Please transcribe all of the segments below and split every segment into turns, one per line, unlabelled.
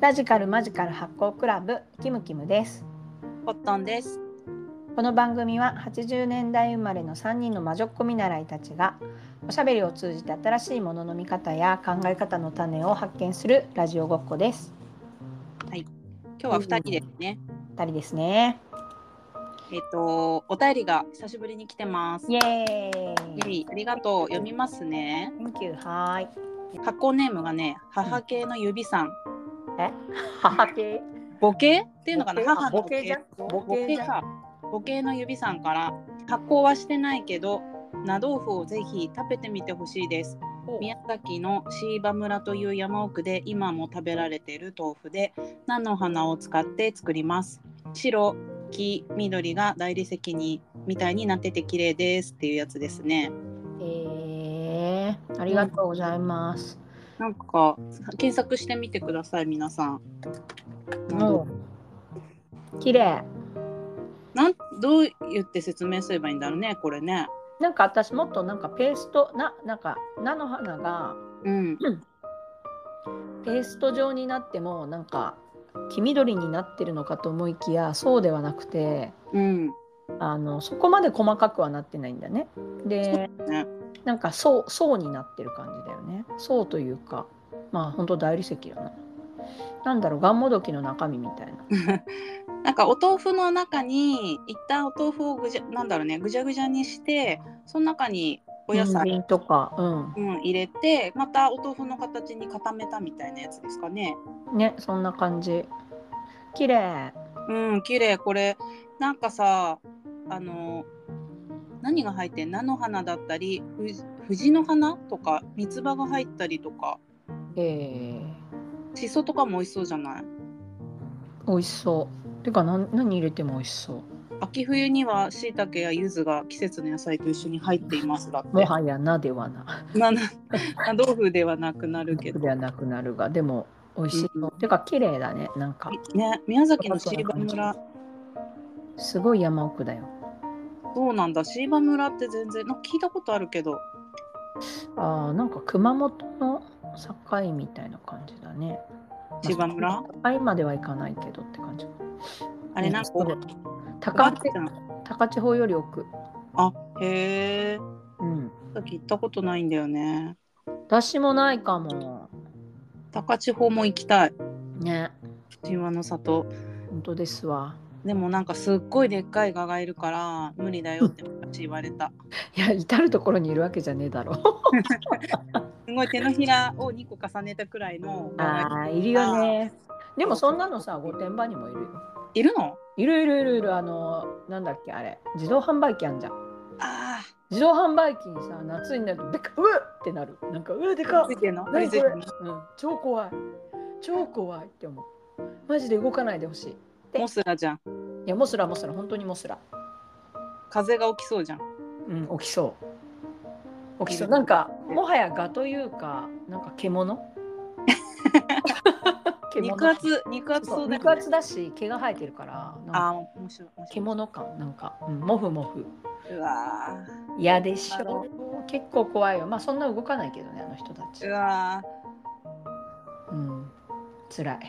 ラジカルマジカル発行クラブキムキムです
コットンです。
この番組は80年代生まれの3人の魔女っ子見習いたちがおしゃべりを通じて新しいものの見方や考え方の種を発見するラジオごっこです
今日は二人ですね。
二人ですね
えっ、とお便りが久しぶりに来てます。
イエーイ
イエイありがとう。読みますね。
Thank you はーい
発行ネームがね、母系の指さん。
え母系
母系っていうのかな。
母系
母の
母系じゃん
母
母系
系
じゃん
か。母系の指さんから発行はしてないけど、菜豆腐をぜひ食べてみてほしいです。宮崎の椎葉村という山奥で今も食べられている豆腐で菜の花を使って作ります白黄緑が大理石にみたいになってて綺麗ですっていうやつですね
えー、ありがとうございます、
なんか検索してみてください皆さん
もう綺麗
なんどう言って説明すればいいんだろうねこれね
なんか私もっとなんかペーストななんか菜の花が
うん
ペースト状になってもなんか黄緑になってるのかと思いきやそうではなくて
うん
あのそこまで細かくはなってないんだね。で
ね
なんか層層になってる感じだよね。層というかまあ本当大理石だな。なんだろうがんもどきの中身みたいな。
なんかお豆腐の中に一旦お豆腐をぐじゃなんだろうねぐじゃぐじゃにしてその中にお野
人
菜
参とか、う
うん、入れてまたお豆腐の形に固めたみたいなやつですかね。
ん、ねそんな感じ。綺麗
うん綺麗これなんかさあの何が入ってん菜の花だったりふ藤の花とか三つ葉が入ったりとか
え
しそとかも美味しそうじゃない
ー、美味しそう。てかなん何入れても美味しそう。
秋冬にはしいたけや柚子が季節の野菜と一緒に入っていますだって
もはやなではな。
なな豆腐ではなくなるけど
ではなくなるがでも美味しい、
うん
てか綺麗だねなんか
ね宮崎の椎葉村
すごい山奥だよ
そうなんだ椎葉村って全然なんか聞いたことあるけど
あーなんか熊本の境みたいな感じだね
椎葉村
まあ境まではいかないけどって感じ
あれなんか
うん
おば
高
あち
千
ゃん
高千穂より奥
あへえ
うん
さっき行ったことないんだよね
私もないかも
高千穂も行きたい
ね
神話の里
本当ですわ
でもなんかすっごいでっかい蛾がいるから無理だよって昔言われた
いや至る所にいるわけじゃねえだろ
すごい手のひらを2個重ねたくらいの蛾が
あ
いる
ーいるよね でもそんなのさ御殿場にもいるよ
いるの
いるいるいるいるあのなんだっけあれ自動販売機あんじゃん
あ
自動販売機にさ夏になるとでかっうわっってなるなんかうわでか
あ
っ
ついてんの
何
つい
こ
て
れ、
ん
うん
の、
超怖い超怖いって思うマジで動かないでほしいい
モスラじゃん
やモスラモスラ本当にモスラ
風が起きそうじゃん
うん起きそう起きそうなんかもはや蛾というかなんか 獣
肉厚肉厚
そ
そううだ
肉
よね
厚だし毛が生えてるからなんか
ああ面白い面白い
獣感なんか、うん、モフモフ
うわ
嫌でし
なる
ょ結構怖いよまあそんな動かないけどねあの人た
ー
ち
うわ
うん辛い
ー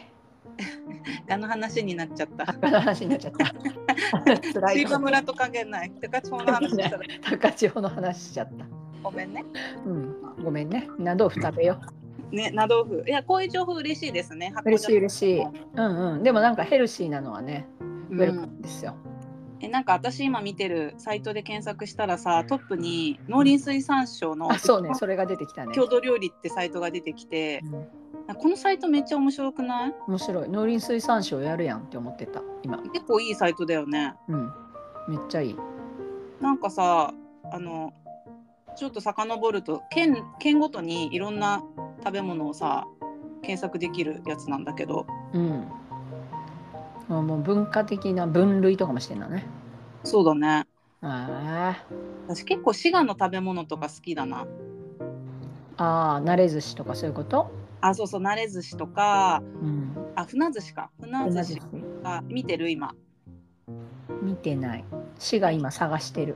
蛾の話になっちゃった
この話になっちゃった辛い
椎葉
かも
村と関係ない高千穂の話したら
高千穂の話しちゃった
ごめんね
うんごめんねな豆腐食べよう
ね、な豆腐。いや、こういう情報嬉しいですね。
嬉しい嬉しいうんうんでもなんかヘルシーなのはねウェ
う
ルカ
ん、
ムですよ、
え、なんか私今見てるサイトで検索したらさ、トップに農林水産省の
あそうねそれが出てきたね
郷土料理ってサイトが出てきて、
うん
あこのサイトめっちゃ面白くない？
面白い農林水産省やるやんって思ってた今
結構いいサイトだよね。
うんめっちゃいい
なんかさ、あのちょっと遡ると県県ごとにいろんな食べ物をさ検索できるやつなんだけど、
うんもうもう文化的な分類とかもしてんだね
そうだね。
あー
私結構滋賀の食べ物とか好きだな。
あー慣れ寿司とかそういうこと
あ、そうそう、なれ寿司とか。
うん
あ、船寿司か。船寿司が見てる今。
見てない市が今探してる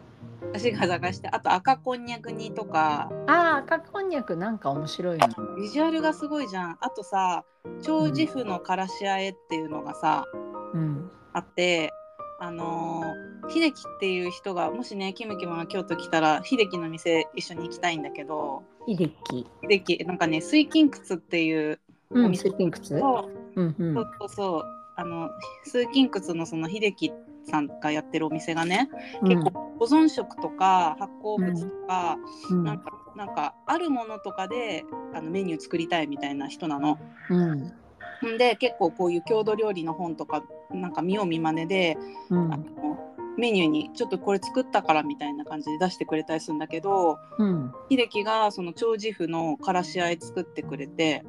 足が探してあと赤こんにゃく煮とか
ああ赤こんにゃくなんか面白いな
ビジュアルがすごいじゃんあとさ長寿婦のからしあえっていうのがさ
うん
あってあのー秀樹っていう人がもしねキムキムが京都来たら秀樹の店一緒に行きたいんだけど
秀樹
秀樹なんかね水筋靴っていう
う
お
ん
店
水筋靴うんう
そ
ん
うそうそうあの水筋靴のその秀樹さんがやってるお店がね、結構保存食とか発酵物とか、
うん
なんかなんかあるものとかであのメニュー作りたいみたいな人なの。
うん
んで結構こういう郷土料理の本とかなんか見よう見まねで、
うん
あのメニューにちょっとこれ作ったからみたいな感じで出してくれたりするんだけど
うん
秀樹がその長寿婦のからしあえ作ってくれて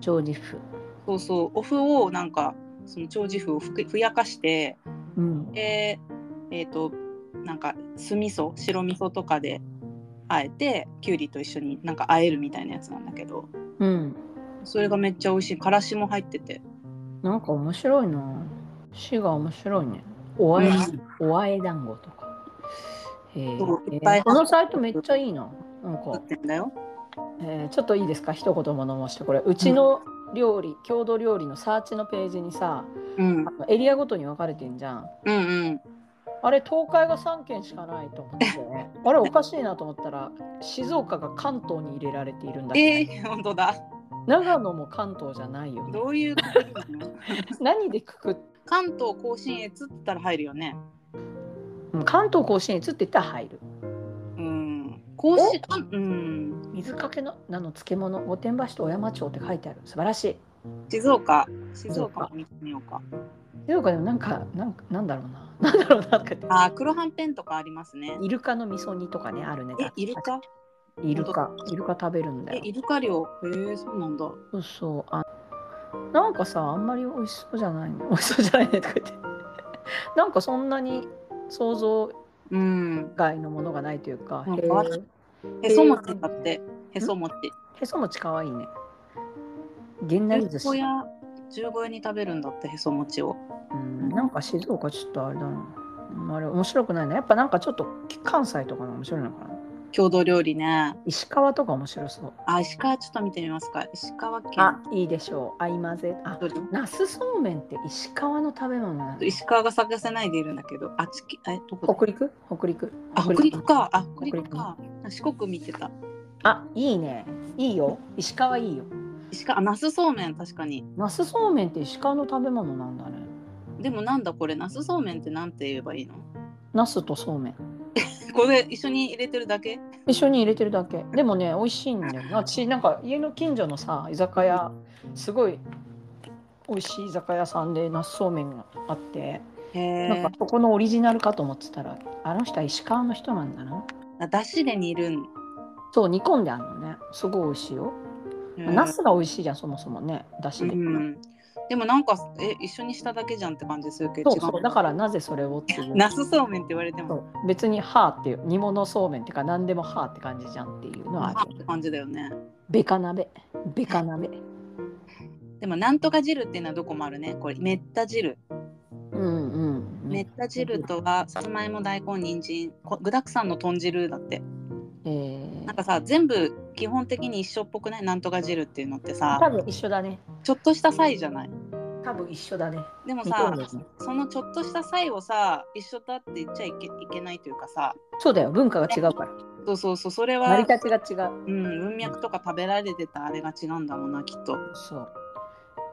長寿婦
そうそうお麩をなんかその長寿婦をふくふやかして
うん
でえっ、となんか酢味噌白味噌とかであえてきゅうりと一緒になんかあえるみたいなやつなんだけど
うん
それがめっちゃ美味しいからしも入ってて
なんか面白いな詩が面白いねおあえ、おあえ団子とかへえ
そういっぱい
このサイトめっちゃいいななんか
作ってんだよ
えーちょっといいですか一言物申してこれうちの料理、郷土料理のサーチのページにさ
うん
あのエリアごとに分かれてんじゃん
うんうん
あれ東海が3県しかないと思ってあれおかしいなと思ったら静岡が関東に入れられているんだ
え
けど、
ー、本当だ
長野も関東じゃないよね
どういうくくりなの
何でくくっ
関東甲信越って言ったら入るよね
うん関東甲信越って言ったら入る
うん甲信関うん
水かけのなの漬物御殿場市と小山町って書いてある素晴らしい
静岡静岡も見てみようか
静岡でもなんかなんかなんだろうななんだろうなとかって
あー黒はんぺんとかありますね
イルカの味噌煮とかねあるね
えイルカ
イルカ、イルカ食べるんだ
え
よ。
イルカ漁へえー、そうなんだ
そうそう、あ。なんかさ、あんまり美味しそうじゃないね。 美味しそうじゃないねとか言って。 なんかそんなに想像
うん
外のものがないというか。
うん
へえ
変わったへそ餅だってへそ餅
へそ餅可愛いね。げんなり寿
十五
司。
夜十五夜に食べるんだってへそ餅を
うん、なんか静岡ちょっとあれだな。うんあれ面白くないな。やっぱなんかちょっと関西とかの面白いのかな。
郷土料理ね
石川とか面白そう。
あ石川ちょっと見てみますか石川県
あ、いいでしょう。合い混ぜ。あ、
どれ
ナスそうめんって石川の食べ物なの。
石川が探せないでいるんだけどあちきえどこ
北
だ
陸北陸
あ北陸かあ北
陸
陸か四国見てた
あいいねいいよ石川いいよ
石川あ那須そうめん確かに
ナスそうめんって石川の食べ物なんだね
でもなんだこれ那須そうめんってなんて言えばいいの
ナスとそうめん
これ一緒に入れてるだけ
一緒に入れてるだけでもね美味しいんだよなちなんか家の近所のさ居酒屋すごい美味しい居酒屋さんでナスそうめんがあって
へ
なん
え
かそこのオリジナルかと思ってたらあの人は石川の人なんだな
だしで煮るん
そう煮込んであるのねすごい美味しいよ
へー
ナスが美味しいじゃんそもそもねだし
う
で、
んでもなんかえ一緒にしただけじゃんって感じするけど
そうそうだからなぜそれをっていう
ナスそうめんって言われて
そ
も
う別に「はあ」っていう煮物そうめんっていうか何でも「はあ」って感じじゃんっていうのは
あ
あ
っ
る
て感じだよね
べか鍋べか鍋
でもなんとか汁っていうのはどこもあるねこれめった汁
うんうん
め
ね
った汁とはさつまいも大根人参こ具だくさんの豚汁だって
えー
なんかさ全部基本的に一緒っぽくないなんとか汁っていうのって
多
さ
分一緒だね
ちょっとした際じゃない
多分一緒だね
でも
似てる
さ
んですね
そのちょっとした際をさ一緒だって言っちゃいけいけないというかさ
そうだよ文化が違うから
そうそうそうそれ
成
は
り、立ちが違う
うん、文脈とか食べられてたあれが違うんだろうなきっと
そう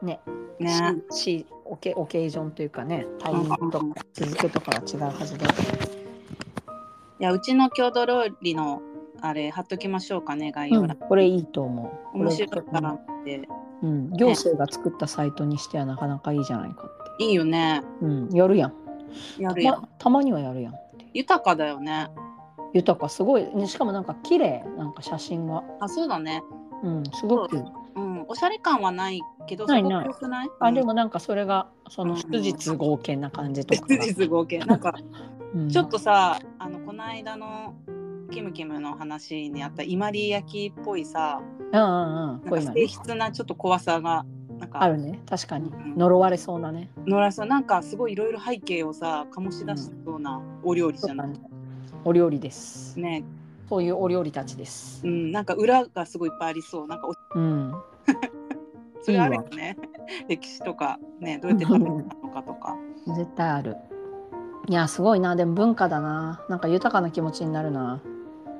ね
ね
ししオケオケージョンというかねタイミングと
うんうんうん
か続けとかは違うはずで
いやうちの郷土料理のあれ貼っときましょうかね概要
う
欄
ん、これいいと思う
面白いか
こ
らって
れうん、行政が作ったサイトにしてはなかなかいいじゃないかって
いいよね
うんやるやん
やるやん
またまにはやるやんっていう
豊かだよね
豊かすごい、ね、しかもなんか綺麗なんか写真が
あそうだね
うんすごく
うんおしゃれ感はないけど
ない
すご
ない
く良くない
あでもなんかそれがその
うん
質実合憲な感じとか
実実合計なん か
うん
ちょっとさあのこの間のキムキムの話にあった伊万里焼きっぽいさ
うんうんうん
な
こうんいう
か
の
性
ね
質なちょっと怖さがな
あ
んか
るね確かに
うん
呪われそうなね
野良さんなんかすごいいろいろ背景をさ醸し出しそうなお料理
そ
じ
う
ゃ
だ
ない、
ねお料理です。
ね、
そういうお料理たちです
う。ん、なんか裏がすごいいっぱいありそう。なんかお
うん。
それあるよね。 歴史とかね、どうやって食べたのかとか。
絶対ある。いやすごいなでも文化だななんか豊かな気持ちになるな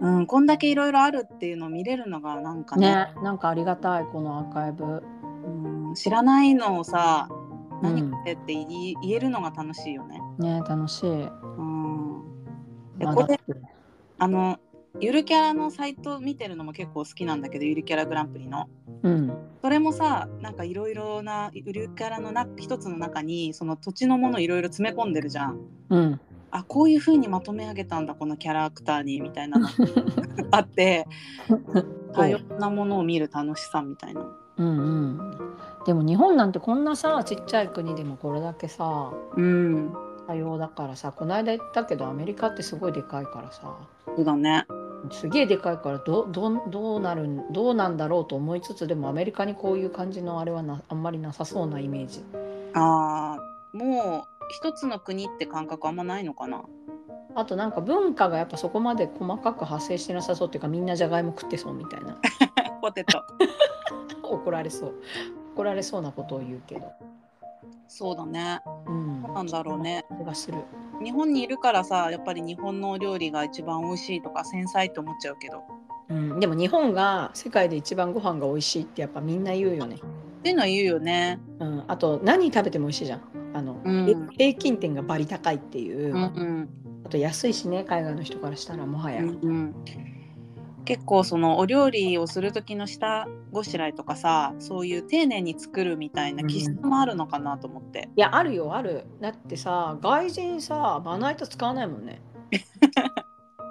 うん、こんだけいろいろあるっていうのを見れるのがなんかね
ねなんかありがたいこのアーカイブ
うん、知らないのをさ、何
うん
これって言い言えるのが楽しいよね。
ね楽しい
うん、え
まあ
これ
だって
あのゆるキャラのサイト見てるのも結構好きなんだけどゆるキャラグランプリの。
うん
それもさなんかいろいろなゆるキャラのな一つの中にその土地のものいろいろ詰め込んでるじゃん。
うん
あこういう風にまとめ上げたんだこのキャラクターにみたい なのあ って多様なものを見る楽しさみたいな。
うんうんでも日本なんてこんなさちっちゃい国でもこれだけさ
うん
多様だからさこの間言ったけどアメリカってすごいでかいからさ
そうだね。
すげえでかいからどどどうなるんどうなんだろうと思いつつでもアメリカにこういう感じのあれはなあんまりなさそうなイメージ
あーもう一つの国って感覚あんまないのかな。
あとなんか文化がやっぱそこまで細かく派生してなさそうっていうかみんなじゃがいも食ってそうみたいな
ポテト。
怒られそう怒られそうなことを言うけど
そうだね。
うん
なんだろうね。
気がする
日本にいるからさやっぱり日本のお料理が一番美味しいとか繊細って思っちゃうけどっ
うん、でも日本が世界で一番ご飯が美味しいってやっぱみんな言うよね、
ていうのは言うよね。
うん、あと何食べても美味しいじゃんあの、
うん
え平均点がバリ高いっていう、
うんうん
あと安いしね海外の人からしたらもはや、
うんうん結構そのお料理をする時の下ごしらえとかさそういう丁寧に作るみたいな気質もあるのかなと思って、
いやあるよあるだってさ外人さまな板使わないもん ねい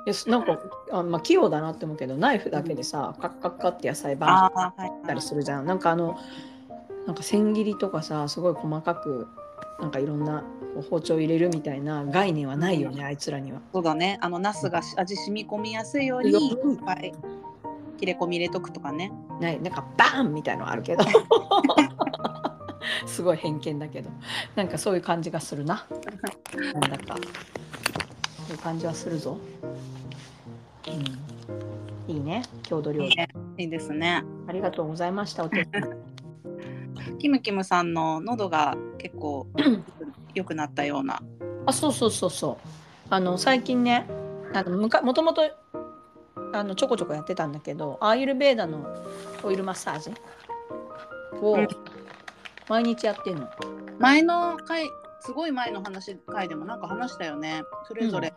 やすなんかあ、まあ、器用だなって思うけどナイフだけでさ、カッカッカッって野菜
あ
バーンっ
あはい
たりするじゃんなんかあのなんか千切りとかさすごい細かくなんかいろんなこう包丁入れるみたいな概念はないよね、あいつらには。
そうだねあのナスがし味染み込みやすいようにい
うん
っぱい切れ込み入れとくとかね
ないなんかバーンみたいのはある けどすごい偏見だけどなんかそういう感じがするななんだかそういう感じはするぞ、うん、いいね郷土料理
ねいいですね
ありがとうございましたお手伝い
キムキムさんの喉が結構良くなったような
あそうそうそうそうあの最近ねあのむかもともとあのちょこちょこやってたんだけどアーユルベーダのオイルマッサージを
うん
毎日やってんの
前の回すごい前の話回でもなんか話したよねそれぞれ、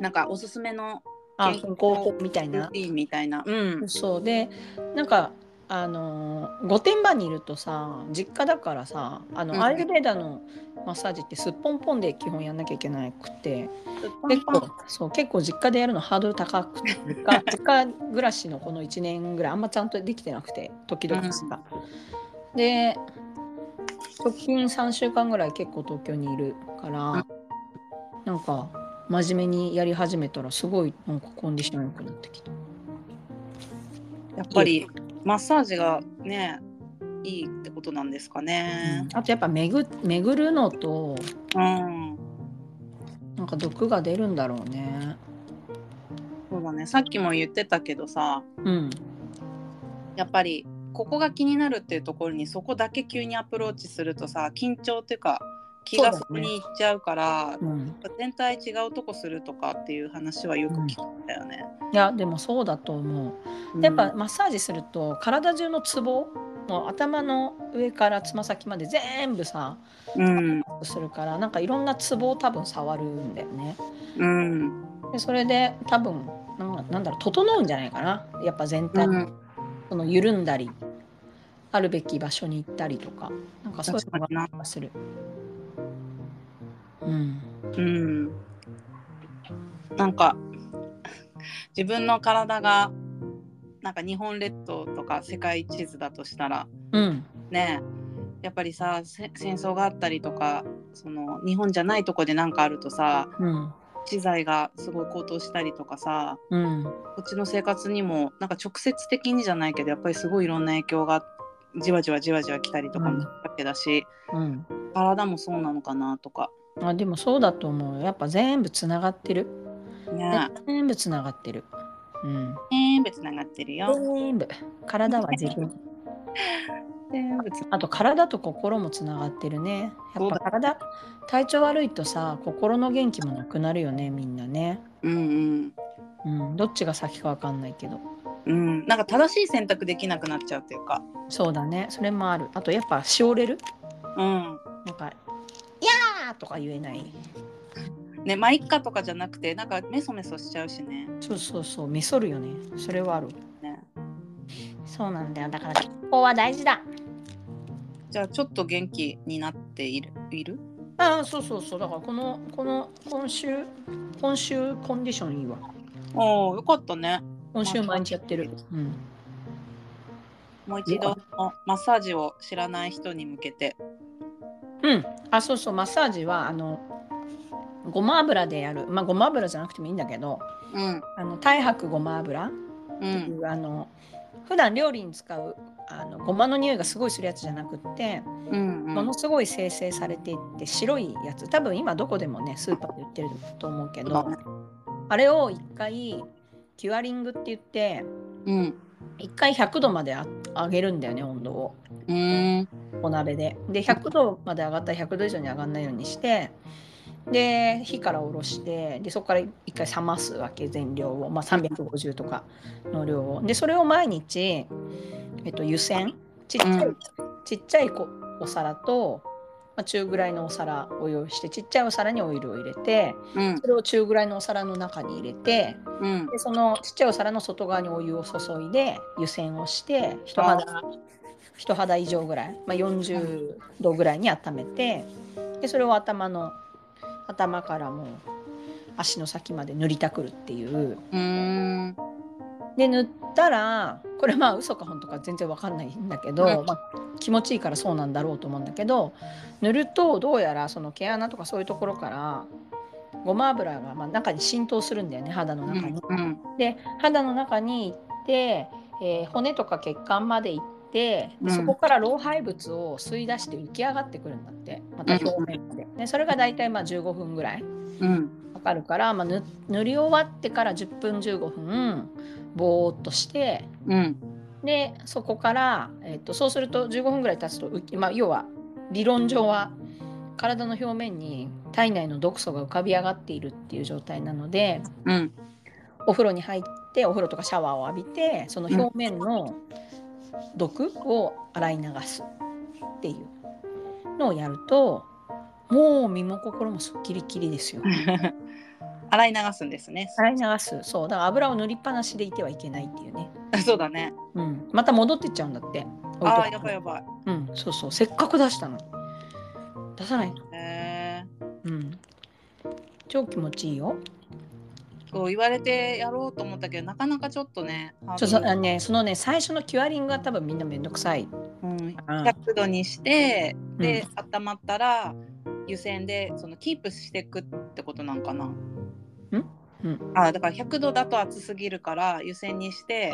なんかおすすめの
あ
健
健
康
康法みたい
ル
な
ーティーンみたいな。うん。
そうでなんかあのー御殿場にいるとさ実家だからさあの、
うん
アイルベーダのマッサージってすっぽんぽんで基本やんなきゃいけなくて結
結
構
構
そう結構実家でやるのハードル高く て実家実家暮らしのこの1年ぐらいあんまちゃんとできてなくて時々しか。で直近3週間ぐらい結構東京にいるから、
うん
なんか真面目にやり始めたらすごいなんかコンディション良くなってきた。
やっぱりマッサージがねいいってことなんですかね。
あとやっぱ巡巡るのと
うん。
なんか毒が出るんだろうね。
そうだね。さっきも言ってたけどさ、
うん、
やっぱりここが気になるっていうところにそこだけ急にアプローチするとさ、緊張っていうか気が
そう
そ
だ
こ
ね
に行っちゃうから。
うん、
全体違うとこするとかっていう話はよく聞くんだよね。
いやでもそうだと思う。やっぱ
うん
マッサージすると体中のツボもう頭の上からつま先まで全部さ
うん
するからなんかいろんなツボを多分触るんだよね。
うん
でそれで多分なんかなんだろう整うんじゃないかなやっぱ全体、
うん
その緩んだりあるべき場所に行ったりとかなんかそういうのが
確かにな
気がする。うん
うんなんか自分の体がなんか日本列島とか世界地図だとしたら
うん、
ねやっぱりさせ戦争があったりとかその日本じゃないとこでなんかあるとさ
うん、
資材がすごい高騰したりとかさ
うん、
こっちの生活にもなんか直接的にじゃないけどやっぱりすごいいろんな影響がじわじわじわじわ来たりとかもするわけだし、
うん。
体もそうなのかなとか。
あ、でもそうだと思う。やっぱ全部つながってる。
ね
全部つながってる。うん。
全部つながってるよ。
全部。体 は自分。
全部つ
あと体と心もつながってるね。や
そ
っ
うだ
ぱ体、体調悪いとさ、心の元気もなくなるよね、みんなね。
うん
うん。どっちが先かわかんないけど。
うん。うん。なんか正しい選択できなくなっちゃうっていうか。
そうだね。それもある。あとやっぱしおれる。
うん。
なんか、いやーとか言えない。
ね、マイカとかじゃなくて、なんかメソメソしちゃうしね。
そうそうそう、みそるよね。それはある。
ね
そうなんだよ。だから、ここは大事だ。
じゃあちょっと元気になっているいる
ああ、そうそうそう。だから、この、この、今週、今週コンディションいいわ。
おおよかったね。
今週毎日やってる。うん。
もう一度マッサージを知らない人に向けて。
うん。あ、そうそう。マッサージは、あの、ごま油でやる。まあ、ごま油じゃなくてもいいんだけど、
うん
あの、太白ごま油
う
ってい
ん
う、あの、普段料理に使う、あの、ごまの匂いがすごいするやつじゃなくって、
うんう
も
ん
のすごい生成されていって白いやつ多分今どこでもねスーパーで売ってると思うけどあれを1回キュアリングって言って
うん
1回100度まであ上げるんだよね温度を
うん
お鍋で。で100度まで上がったら100度以上に上がらないようにしてで火から下ろしてでそこから1回冷ますわけ全量を、まあ、350とかの量を。でそれを毎日、えっと、湯煎ちっちゃい、
うん
ちっちゃいこお皿と、まあ、中ぐらいのお皿を用意してちっちゃいお皿にオイルを入れて
うん
それを中ぐらいのお皿の中に入れて
うん
でそのちっちゃいお皿の外側にお湯を注いで湯煎をして人肌人肌以上ぐらい、まあ、40度ぐらいに温めてでそれを頭の頭からもう足の先まで塗りたくるっていう
うん
で塗ったらこれまあ嘘か本当か全然わかんないんだけど、
うん
まあ、気持ちいいからそうなんだろうと思うんだけど塗るとどうやらその毛穴とかそういうところからごま油がまあ中に浸透するんだよね肌の
う
中に。
んうん
で肌の中に行って、えー骨とか血管まで行ってで
うん
そこから老廃物を吸い出して浮き上がってくるんだってまた表面ででそれが大体まあ15分ぐらい
うん
かかるから、まあ、塗塗り終わってから10分15分ぼーっとして
うん
でそこから、えっとそうすると15分ぐらい経つと浮き、まあ、要は理論上は体の表面に体内の毒素が浮かび上がっているっていう状態なので。
うん
お風呂に入ってお風呂とかシャワーを浴びてその表面の毒を洗い流すっていうのをやるともう身も心もすっきりきりですよ。
洗い流すんですね。
洗い流すそうだから油を塗りっぱなしでいてはいけないっていうね、
そうだね。
うん、また戻ってっちゃうんだって置い
あ
と
あ
く
やばいやばい。
うん、そうそうせっかく出したのに出さないと、
へえ
うん、超気持ちいいよ
そう言われてやろうと思ったけどなかなかちょっとね。ハー
ちょ
ド
そ
ル
あのねそのね最初のキュアリングは多分みんなめんどくさい、
うん
うん
100度にしてで温まったら湯煎でそのキープしていくってことなんかな。
うん、
あだから100度だと熱すぎるから湯煎にして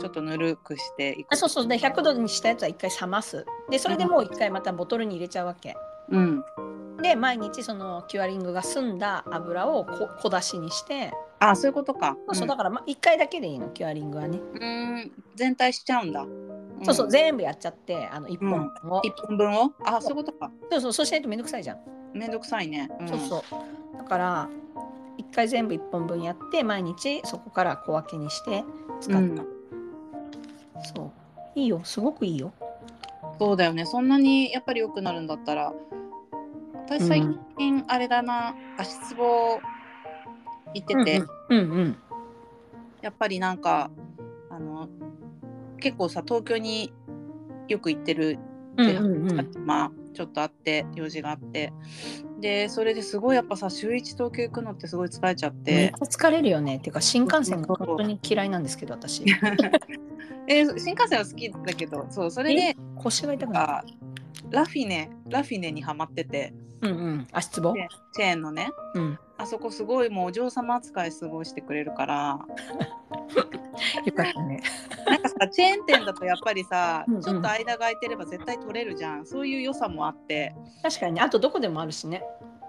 ちょっとぬるくしていく
あ。そうそうで100度にしたやつは1回冷ますでそれでもう1回またボトルに入れちゃうわけ
うん。
で毎日そのキュアリングが済んだ油をこ小出しにして
あそういうことか。
そうそうだからま1回だけでいいのキュアリングはね、
うん、うん全体しちゃうんだ。
そうそう
うん
全部やっちゃってあの1本を、
一本分をあそういうことか。
そうそうそうしないとめんどくさいじゃん、
めんどくさいね。うん、
そうそうだから1回全部1本分やって毎日そこから小分けにして使った、
うん
そういいよすごくいいよ
そうだよね。そんなにやっぱり良くなるんだったら、私最近あれだな、足つぼ行ってて、
うんうん、うん
やっぱりなんかあの結構さ東京によく行ってる
うん
で
うんうん
まあちょっとあって用事があってでそれですごいやっぱさ週一東京行くのってすごい疲れちゃっ
めってち、ゃ疲れるよねっていうか新幹線が本当に嫌いなんですけど私
え新幹線は好きだけどそうそれで
腰が痛くなる
あラフィネラフィネにはまってて
うんうん足つぼ
でチェーンのね
うん
あそこすごいもうお嬢様扱いすごいしてくれる から
よかったね
なんかさチェーン店だとやっぱりさ
うんうん
ちょっと間が空いてれば絶対取れるじゃんそういう良さもあって
確かにねあとどこでもあるしね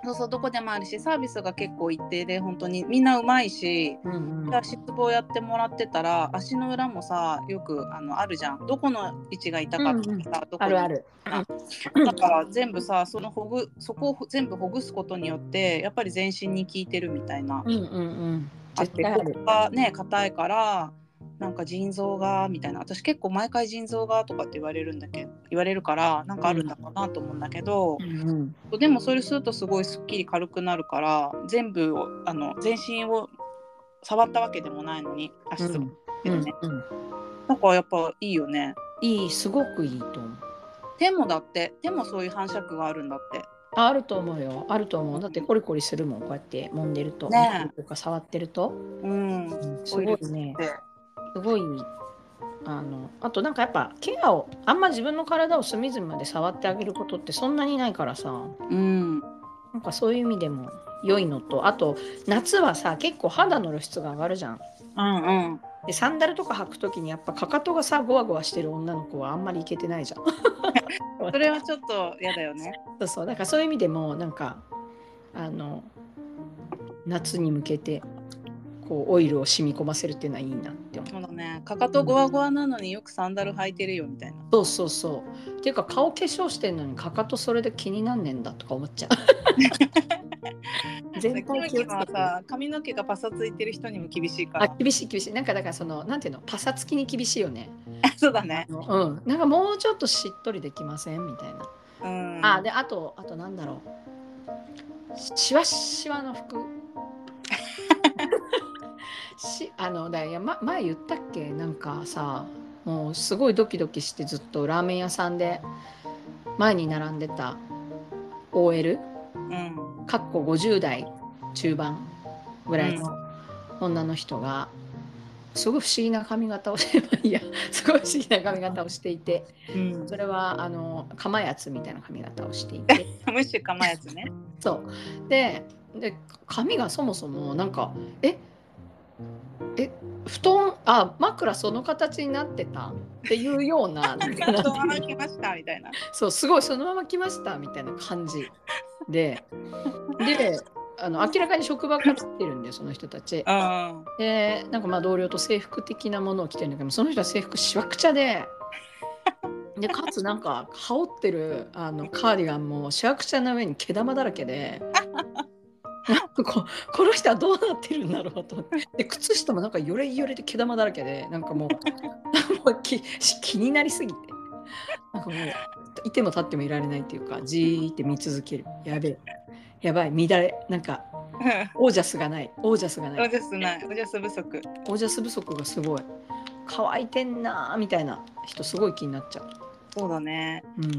そうそうどこでもあるしサービスが結構一定で本当にみんなうまいし
うんうん
足つぼをやってもらってたら足の裏もさよくあのあるじゃんどこの位置が痛かったとか、
うんうん
どこ
あ
に
るある。
だから全部さそのほぐそこを全部ほぐすことによってやっぱり全身に効いてるみたいな、
うんうんうん。
あっ
絶
て
対あ
こ
る。
こがね硬いからなんか腎臓がみたいな私結構毎回腎臓がとかって言われるんだけど言われるからなんかあるんだかなと思うんだけど
う、んうん。
でもそれするとすごいすっきり軽くなるから全部をあの全身を触ったわけでもないのに足つぼって
う
ね、
んうん。
なんかやっぱいいよね
いい、すごくいいと思う。
手もだって手もそういう反射区があるんだって
ああると思うよ。あると思う。だってコリコリするもん、こうやって揉んでると、
ねえ
揉んでるとか触ってると、
うん
すごいね。
で
すごい。あのあとなんかやっぱケアをあんま自分の体を隅々まで触ってあげることってそんなにないからさ
うん
なんかそういう意味でも良いのとあと夏はさ結構肌の露出が上がるじゃん
うんうん
でサンダルとか履く時にやっぱかかとがさゴワゴワしてる女の子はあんまりいけてないじゃん
それはちょっと嫌だよね
そうそうだからそういう意味でもなんかあの夏に向けてこうオイルを染み込ませるっていうのはいいなって思う
そうだねかかとゴワゴワなのによくサンダル履いてるよみたいな
そうそうそうっていうか顔化粧してんのにかかとそれで気になんねんだとか思っ ちゃう全体
キ
気を
ム
つ
キ
け
は
て
さ髪の毛がパサついてる人にも厳しいか
あ
ら
厳しい厳しいなんかだからそのなんていうのパサつきに厳しいよね
そうだね
うんなんかもうちょっとしっとりできませんみたいな
うん
あであとあとなんだろうししわしわの 服しあのだいや、ま、前言ったっけなんかさもうすごいドキドキしてずっとラーメン屋さんで前に並んでた OL
うん
かっこ50代中盤ぐらいの女の人が、すごい不思議な髪型を していやすごい不思議な髪型をしていて
うん
それはあのかまやつみたいな髪型をしていて。
ムッシュかまやつね
そうでで髪がそもそもなんかええ布団あ枕その形になってたっていうようななん
ち
か
ゃん
なんて
と
いうの
歩きましたみたいな
そうすごいそのまま来ましたみたいな感じでであの明らかに職場から来てるんでその人たち
うん
でなんかまあ同僚と制服的なものを着てるんだけどその人は制服しわくちゃで。でかつなんか羽織ってるあのカーディガンもしわくちゃな上に毛玉だらけでなんかこうこの人はどうなってるんだろうと思ってで靴下もなんかよれよれで毛玉だらけでなんかもうもうき気になりすぎてなんかもういても立ってもいられないっていうかじーって見続けるやべえやばい乱れなんかオージャスがないオージャスがない
おじゃすないおじゃす不足
オージャス不足がすごい乾いてんなーみたいな人すごい気になっちゃう。
そうだね
うん、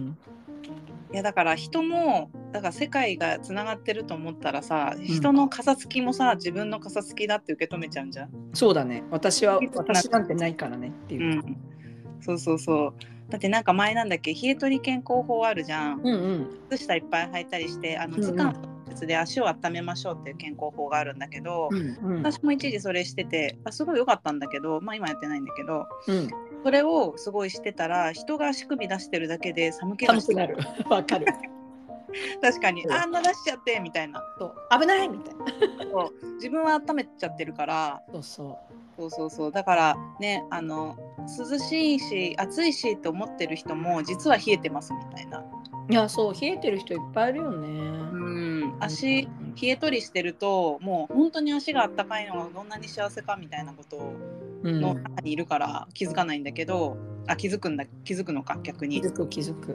いやだから人もだから世界がつながってると思ったらさ
ん
人のかさつきもさ自分のかさつきだって受け止めちゃうんじゃん
そうだね私は
気づかなかった
私なんてないからねっていうう。
ん、そうそうそうだってなんか前なんだっけ冷え取り健康法あるじゃん
うんうん
靴下いっぱい履いたりしてあ
うん
の
うん
図鑑別で足を温めましょうっていう健康法があるんだけど、
うんうん
私も一時それしててあすごい良かったんだけどまあ今やってないんだけど
うん
それをすごいしてたら人が足首出してるだけで寒気が
寒くなる わかる
確かに
うん
あんな出しちゃってみたいな
そう危ないみたいな
そう自分は温めちゃってるから
そうそ
そうそうそうだからねあの涼しいし暑いしと思ってる人も実は冷えてますみたいな
ういやそう冷えてる人いっぱいいるよね
うん足冷え取りしてるともう本当に足があったかいのがどんなに幸せかみたいなこと
うん
の中にいるから気づかないんだけど、あ気づくんだ気づくのか逆
気
に
づく気づく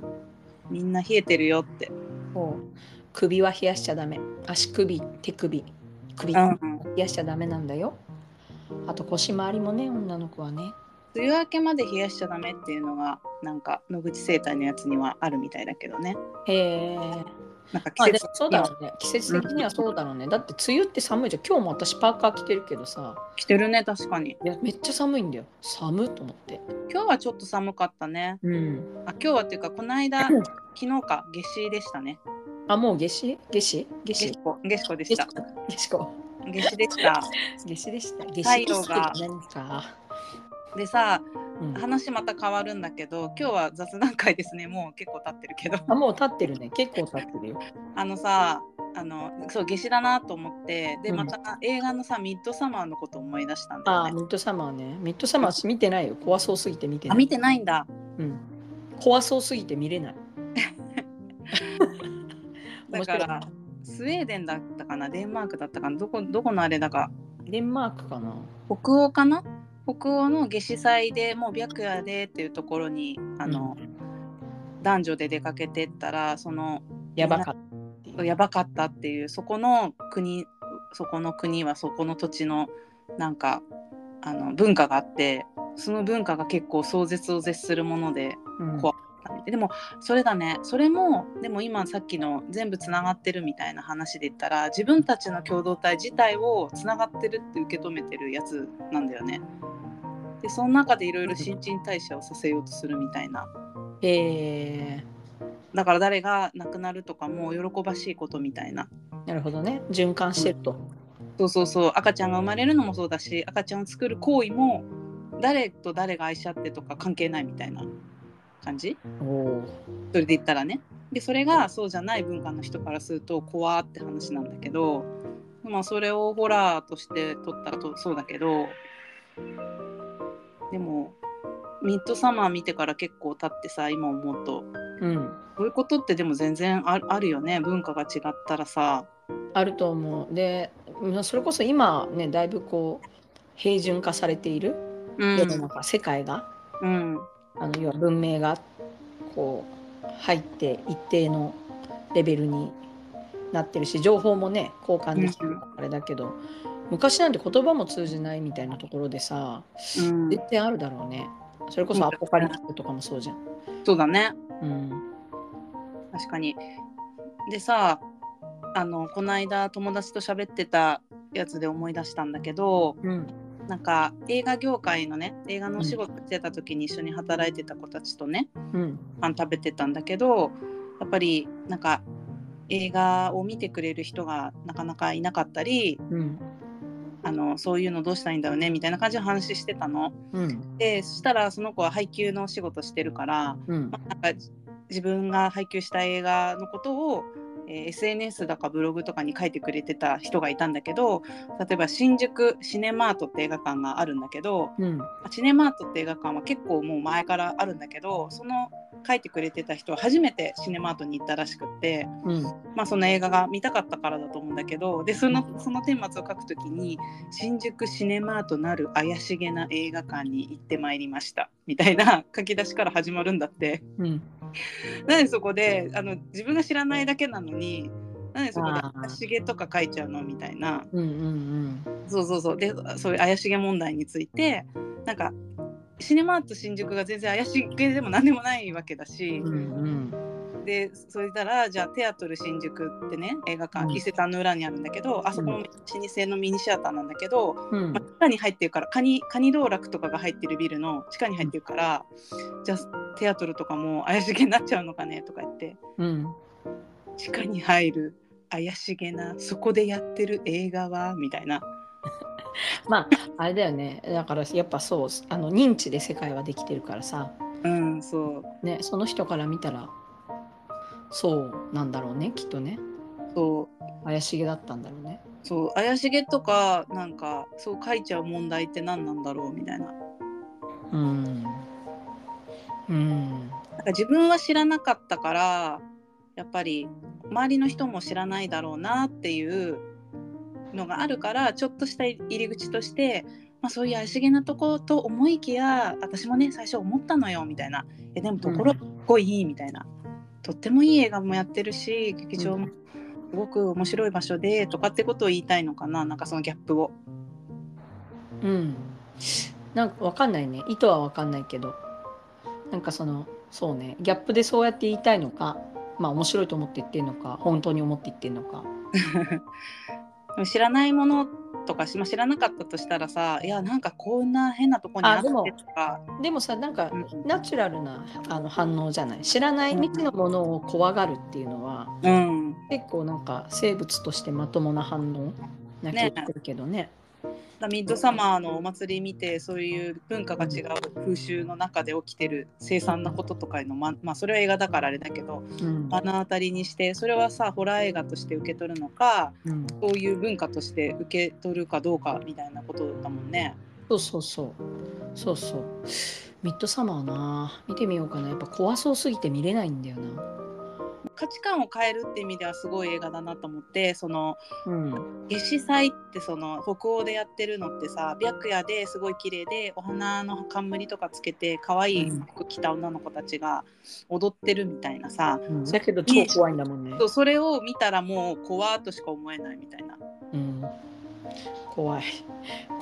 みんな冷えてるよって、
そう首は冷やしちゃダメ足首手首首冷やしちゃダメなんだよあと腰回りもね女の子はね
梅雨明けまで冷やしちゃダメっていうのがなんか野口生態のやつにはあるみたいだけどね
へえ
なんか
まあ
季
で
節
もそうだろうね季節的にはそうだろうねだって梅雨って寒いじゃん今日も私パーカー着てるけどさ
来てるね確かに
いやめっちゃ寒いんだよ寒いと思って
今日はちょっと寒かったね
うん
あ今日はっていうかこの間昨日か夏至でしたね
あもう夏至夏至夏
夏
至
至子夏至子で
夏
し
至
た
夏至か
夏至でした
夏至でした夏
太陽が
夏至って何か、
でさ
うん
話また変わるんだけど今日は雑談会ですねもう結構経ってるけど
あもう立ってるね結構立ってるよ
あのさあのそう夏至だなと思ってで
うん
また映画のさ、ミッドサマーのこと思い出したんだ
ああ、
よね
ミッドサマーね。ミッドサマー私見てないよ。怖そうすぎて見て
あ
ない。
見てないんだ
うん、怖そうすぎて見れ ない。面
だ
白
か
い
らスウェーデンだったかなデンマークだったかなどこどこのあれだか
デンマークかな。
北欧かな北欧の夏至祭でもう白夜でっていうところにあの、男女で出かけてったらその
やばかった。
やばかったっていうそこの国そこの国はそこの土地のなんかあの文化があってその文化が結構壮絶を絶するもので
うん
怖でもそれだねそれもでも今さっきの全部つながってるみたいな話で言ったら自分たちの共同体自体をつながってるって受け止めてるやつなんだよね。でその中でいろいろ新陳代謝をさせようとするみたいな
え
だから誰が亡くなるとかも喜ばしいことみたいな
ー、なるほどね。循環してると。
そうそうそう赤ちゃんが生まれるのもそうだし赤ちゃんを作る行為も誰と誰が愛し合ってとか関係ないみたいな感じ
おー
それで言ったらねでそれがそうじゃない文化の人からすると怖って話なんだけどまあそれをホラーとして撮ったらとそうだけどでもミッドサマー見てから結構経ってさ今思うと
うん。
そういうことってでも全然ああるよね文化が違ったらさ
あると思う。で、まあそれこそ今ね、だいぶこう、平準化されている
う
世の
ん、
中、世界が、
うん、
あの要は文明が、こう、入って一定のレベルになってるし、情報もね、交換できるからあれだけど、昔なんて言葉も通じないみたいなところでさ、
うん
絶対あるだろうね。それこそアポカリプスとかもそうじゃん。
そうだね
うん。
確かにでさあのこの間友達と喋ってたやつで思い出したんだけど
うん。
なんか映画業界のね映画のお仕事してた時に一緒に働いてた子たちとね
うん。
パン食べてたんだけどやっぱりなんか映画を見てくれる人がなかなかいなかったり
うん。
あのそういうのどうしたらいいんだろうねみたいな感じの話してたの。
うん。
でそしたらその子は配給のお仕事してるから
うん。
まあなんかじ自分が配給した映画のことを、えー SNS だかブログとかに書いてくれてた人がいたんだけど例えば新宿シネマートって映画館があるんだけど
うん。
シネマートって映画館は結構もう前からあるんだけどその書いてくれてた人は初めてシネマートに行ったらしくって、
うん。
まあ、その映画が見たかったからだと思うんだけどでそのその顛末を書くときに「新宿シネマートなる怪しげな映画館に行ってまいりました」みたいな書き出しから始まるんだって。
うん。
なんでそこであの自分が知らないだけなのになんでそこで
あー
怪しげとか書いちゃうのみたいな
うん。うん。
そうそうそうでそういう怪しげ問題についてなんかシネマート新宿が全然怪しげでも何でもないわけだし
う、ん。うん。
でそれたらじゃあテアトル新宿ってね映画館、
うん
伊勢丹の裏にあるんだけどあそこも老舗のミニシアターなんだけど、
うん
まあ、地下に入ってるからカニカニ道楽とかが入ってるビルの地下に入ってるからじゃあテアトルとかも怪しげになっちゃうのかねとか言って
うん。
地下に入る怪しげなそこでやってる映画はみたいな
まああれだよねだからやっぱそうあの認知で世界はできてるからさ、
うんそう
ね、その人から見たらそうなんだろうねきっとね
そう
怪しげだったんだろうね。
そう怪しげとかなんかそう書いちゃう問題って何なんだろうみたいななん
うん、うん
か自分は知らなかったからやっぱり周りの人も知らないだろうなっていうのがあるからちょっとした入り口として、まあ、そういう怪しげなとこと思いきや私もね最初思ったのよみたいな「えでもところがすごいいい」みたいな、とってもいい映画もやってるし劇場もすごく面白い場所でとかってことを言いたいのかななんかそのギャップを。
うん、なんかわかんないね意図はわかんないけどなんかそのそうねギャップでそうやって言いたいのかまあ面白いと思って言ってるのか本当に思って言ってるのか。
知らないものとかしまあ知らなかったとしたらさいやなんかこんな変なとこに
あ
あって
で
と
も
か
でもさなんか
うん
ナチュラルなあの反応じゃない知らない未知のものを怖がるっていうのは
うん
結構なんか生物としてまともな反応な気がするけどね
だミッドサマーのお祭り見てそういう文化が違う風習の中で起きてる凄惨なこととかのままあそれは映画だからあれだけど
うん
目の当たりにしてそれはさホラー映画として受け取るのか
うん
そういう文化として受け取るかどうかみたいなことだもんね。
そうそうそうそうそうミッドサマーな見てみようかなやっぱ怖そうすぎて見れないんだよな
価値観を変えるって意味ではすごい映画だなと思ってその
うん
夏至祭ってその北欧でやってるのってさ白夜ですごい綺麗でお花の冠とかつけて可愛い服着た女の子たちが踊ってるみたいなさ
うんだけど超怖いんだもんね
そうそれを見たらもう怖っとしか思えないみたいな
うん怖い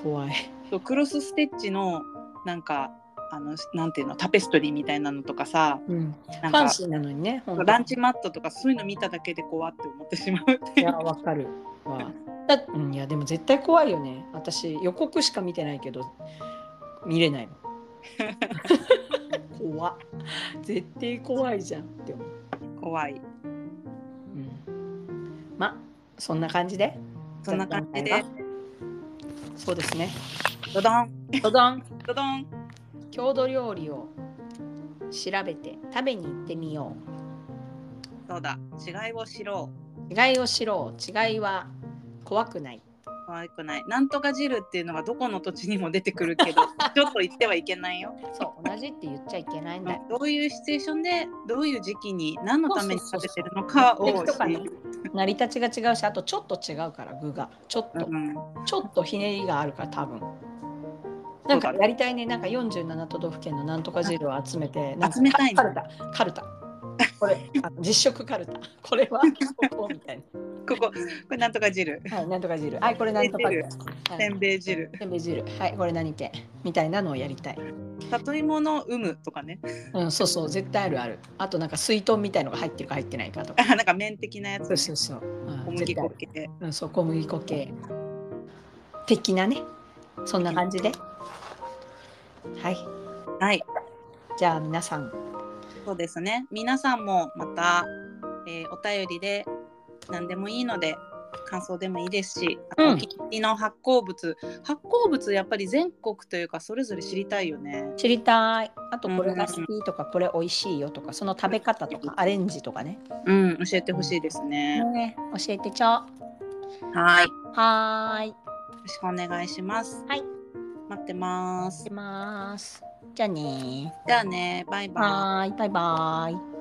怖い
そうクロスステッチのなんかあのなんていうのタペストリーみたいなのとかさ
うん
なん
ファ
か
ンシーなのにねほんと
ランチマットとかそういうの見ただけで怖って思ってしまうって
い
い
や
う。
わかるわだうんいやでも絶対怖いよね私予告しか見てないけど見れ ないもん怖っ絶対怖いじゃんって思う、
怖い
うん、まそんな感じで
そんな感じ
じゃあ
で
今そうですね
ドドン
登山
ドドン
郷土料理を調べて食べに行ってみよ
そうだ違いを知ろう
う違いを知ろう違いは怖くない
可愛くないなんとか汁っていうのがどこの土地にも出てく るけどちょっと言ってはいけないよ
そう同じって言っちゃいけないんだよ
どういうシチュエーションでどういう時期に何のために食べてるのかを
目的とかね
知る
成り立ちが違うしあとちょっと違うから具がちょっと、
うん
ちょっとひねりがあるから多分なん
そ
か
うだね
やりたいねなんか47都道府県のなんとか汁を集めてなんか
集めたいね
カルタカルタこれあの実食カルタ これはここみたい
こここれなんとか汁
なはいなんとか汁はいこれなんとか汁はい
せんべい汁
せんべい汁はいこれ何系みたいなのをやりたい、
里芋の有無とかね
うん、そうそう絶対あるあるあとなんか水筒みたいのが入ってるか入ってないかとか
なんか麺的なやつ
そうそうそう、う
小
ん、絶
麦
対あ
粉
る、
系で
うん、そう小麦粉系的なねそんな感じではい
はい
じゃあ皆さん
そうですね皆さんもまた、えーお便りで何でもいいので感想でもいいですし、あと
うん
お気に入りの発酵物発酵物やっぱり全国というかそれぞれ知りたいよね
知りたいあとこれが好きとかこれ美味しいよとかその食べ方とかアレンジとかね
うん教えてほしいですね、
ね教えてちょは
はいよ
ーい行
ろしくお願いします
はい
待ってます
きますじゃあね
じゃあねバイバイ
はーいバイバイ